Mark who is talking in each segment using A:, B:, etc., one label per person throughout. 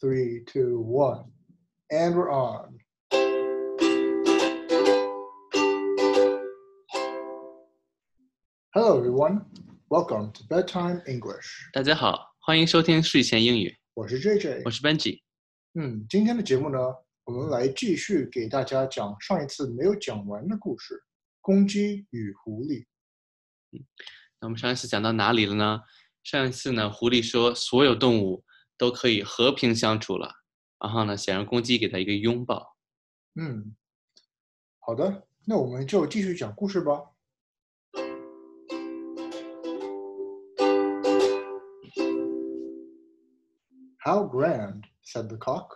A: three, two, one. And we're on. Hello, everyone. Welcome to Bedtime English.
B: 大家好，欢迎收听睡前英语，
A: 我是 JJ。
B: 我是 Benji。
A: 嗯，今天的节目呢，我们来继续给大家讲上一次没有讲完的故事《公鸡与狐狸》。
B: 那我们上一次讲到哪里了呢？上一次呢，狐狸说所有动物都可以和平相处了，然后呢，想让公鸡给它一个拥抱。
A: 嗯，好的，那我们就继续讲故事吧。How grand, said the cock.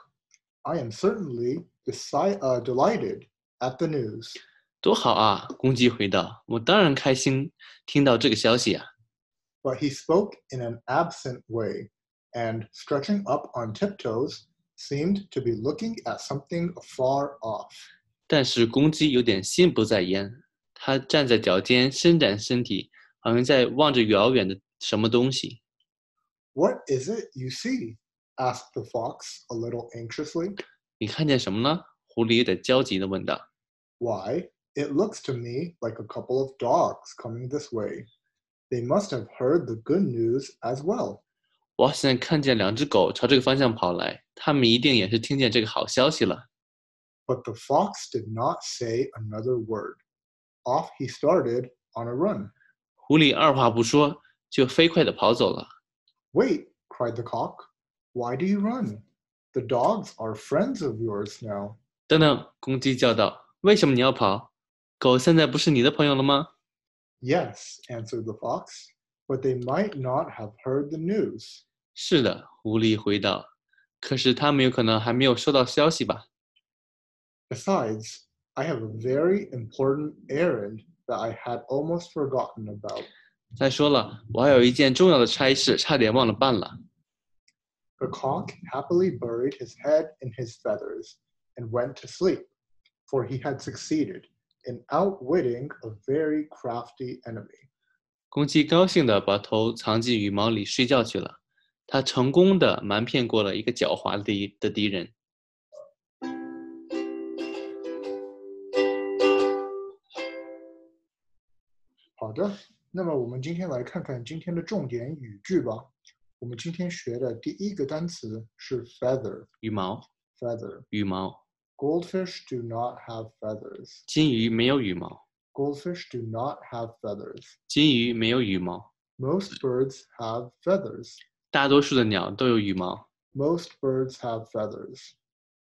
A: I am certainly deci- uh, delighted at the news.
B: 多好啊！公鸡回道：“我当然开心听到这个消息啊。
A: But he spoke in an absent way, and stretching up on tiptoes, seemed to be looking at something afar off. ”
B: 但是公鸡有点心不在焉，它站在脚尖，伸展身体，好像在望着遥远的什么东西。
A: What is it you see? asked the fox a little anxiously.
B: 你看见什么了？狐狸有点焦急地问道。
A: Why, it looks to me like a couple of dogs coming this way. They must have heard the good news as well.
B: 我好像看见两只狗朝这个方向跑来，它们一定也是听见这个好消息了。
A: But the fox did not say another word. Off he started on a run.
B: 狐狸二话不说就飞快地跑走了。
A: Wait, cried the cock. Why do you run? The dogs are friends of yours now.
B: 等等，公鸡叫道：“为什么你要跑？狗现在不是你的朋友了吗
A: Yes, answered the fox, but they might not have heard the news.？”
B: 是的，狐狸回道。可是他们有可能还没有收到消息吧？
A: Besides, I have a very important errand that I had almost forgotten about.
B: 再说了，我还有一件重要的差事，差点忘了办了。
A: The cock happily buried his head in his feathers and went to sleep, for he had succeeded in outwitting a very crafty enemy.
B: 公鸡高兴地把头藏进羽毛里睡觉去了。它成功地瞒骗过了一个狡猾的敌的敌人。
A: 好的，那么我们今天来看看今天的重点语句吧。我们今天学的第一个单词是 feather
B: 羽毛，
A: feather。
B: 羽毛，
A: Goldfish do not have feathers.
B: 金鱼没有羽毛，
A: Goldfish do not have feathers.
B: 金鱼没有羽毛，
A: Most birds have feathers.
B: 大多数的鸟都有羽毛。
A: Most birds have feathers.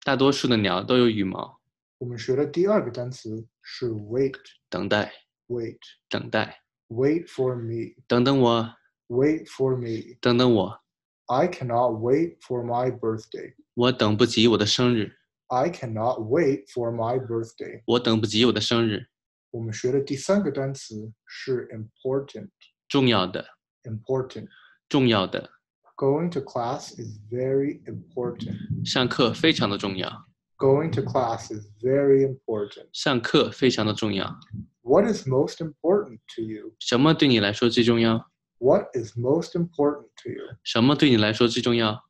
B: 大多数的鸟都有羽毛。
A: 我们学的第二个单词是 wait,
B: 等待，
A: wait,
B: 等待，
A: wait for me,
B: 等等我，
A: wait for me.
B: 等等我，
A: I cannot wait for my birthday.
B: 我等不及我的生日，
A: I cannot wait for my birthday.
B: 我等不及我的生日。
A: 我们学的第三个单词是 important,
B: 重要的，
A: important.
B: 重要的，
A: Going to class is very important.
B: 上课非常的重要，
A: Going to class is very important.
B: 上课非常的重要。
A: What is most important to you?
B: 什么对你来说最重要？
A: What is most important to you?
B: 什么对你来说最重要？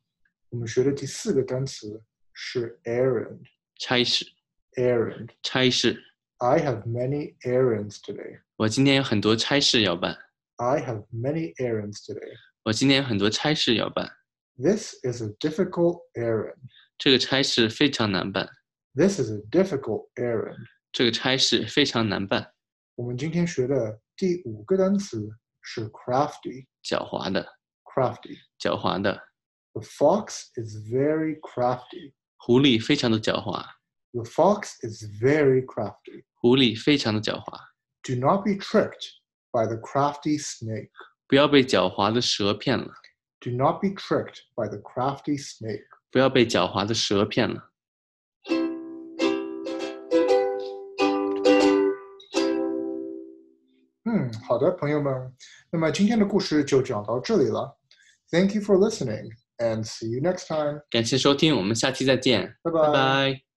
A: 我们学的第四个单词是 errand,
B: 差事，
A: errand.
B: 差事。
A: I have many errands today.
B: 我今天有很多差事要办，
A: I have many errands today.
B: 我今天有很多差事要办。
A: This is a difficult errand.
B: 这个差事非常难办，
A: This is a difficult errand.
B: 这个差事非常难办。
A: 我们今天学的第五个单词是 crafty.
B: 狡猾的，
A: Crafty.
B: 狡猾的，
A: The fox is very crafty.
B: 狐狸非常的狡猾。
A: The fox is very crafty.
B: 狐狸非常的狡猾，
A: Do not be tricked by the crafty snake.
B: 不要被狡猾的蛇骗了，
A: Do not be tricked by the crafty snake.
B: 不要被狡猾的蛇骗了。
A: 嗯，Hmm, 好的，朋友们，那么今天的故事就讲到这里了。Thank you for listening and see you next time.
B: 感谢收听，我们下期再见，
A: 拜
B: 拜
A: 拜。
B: 拜。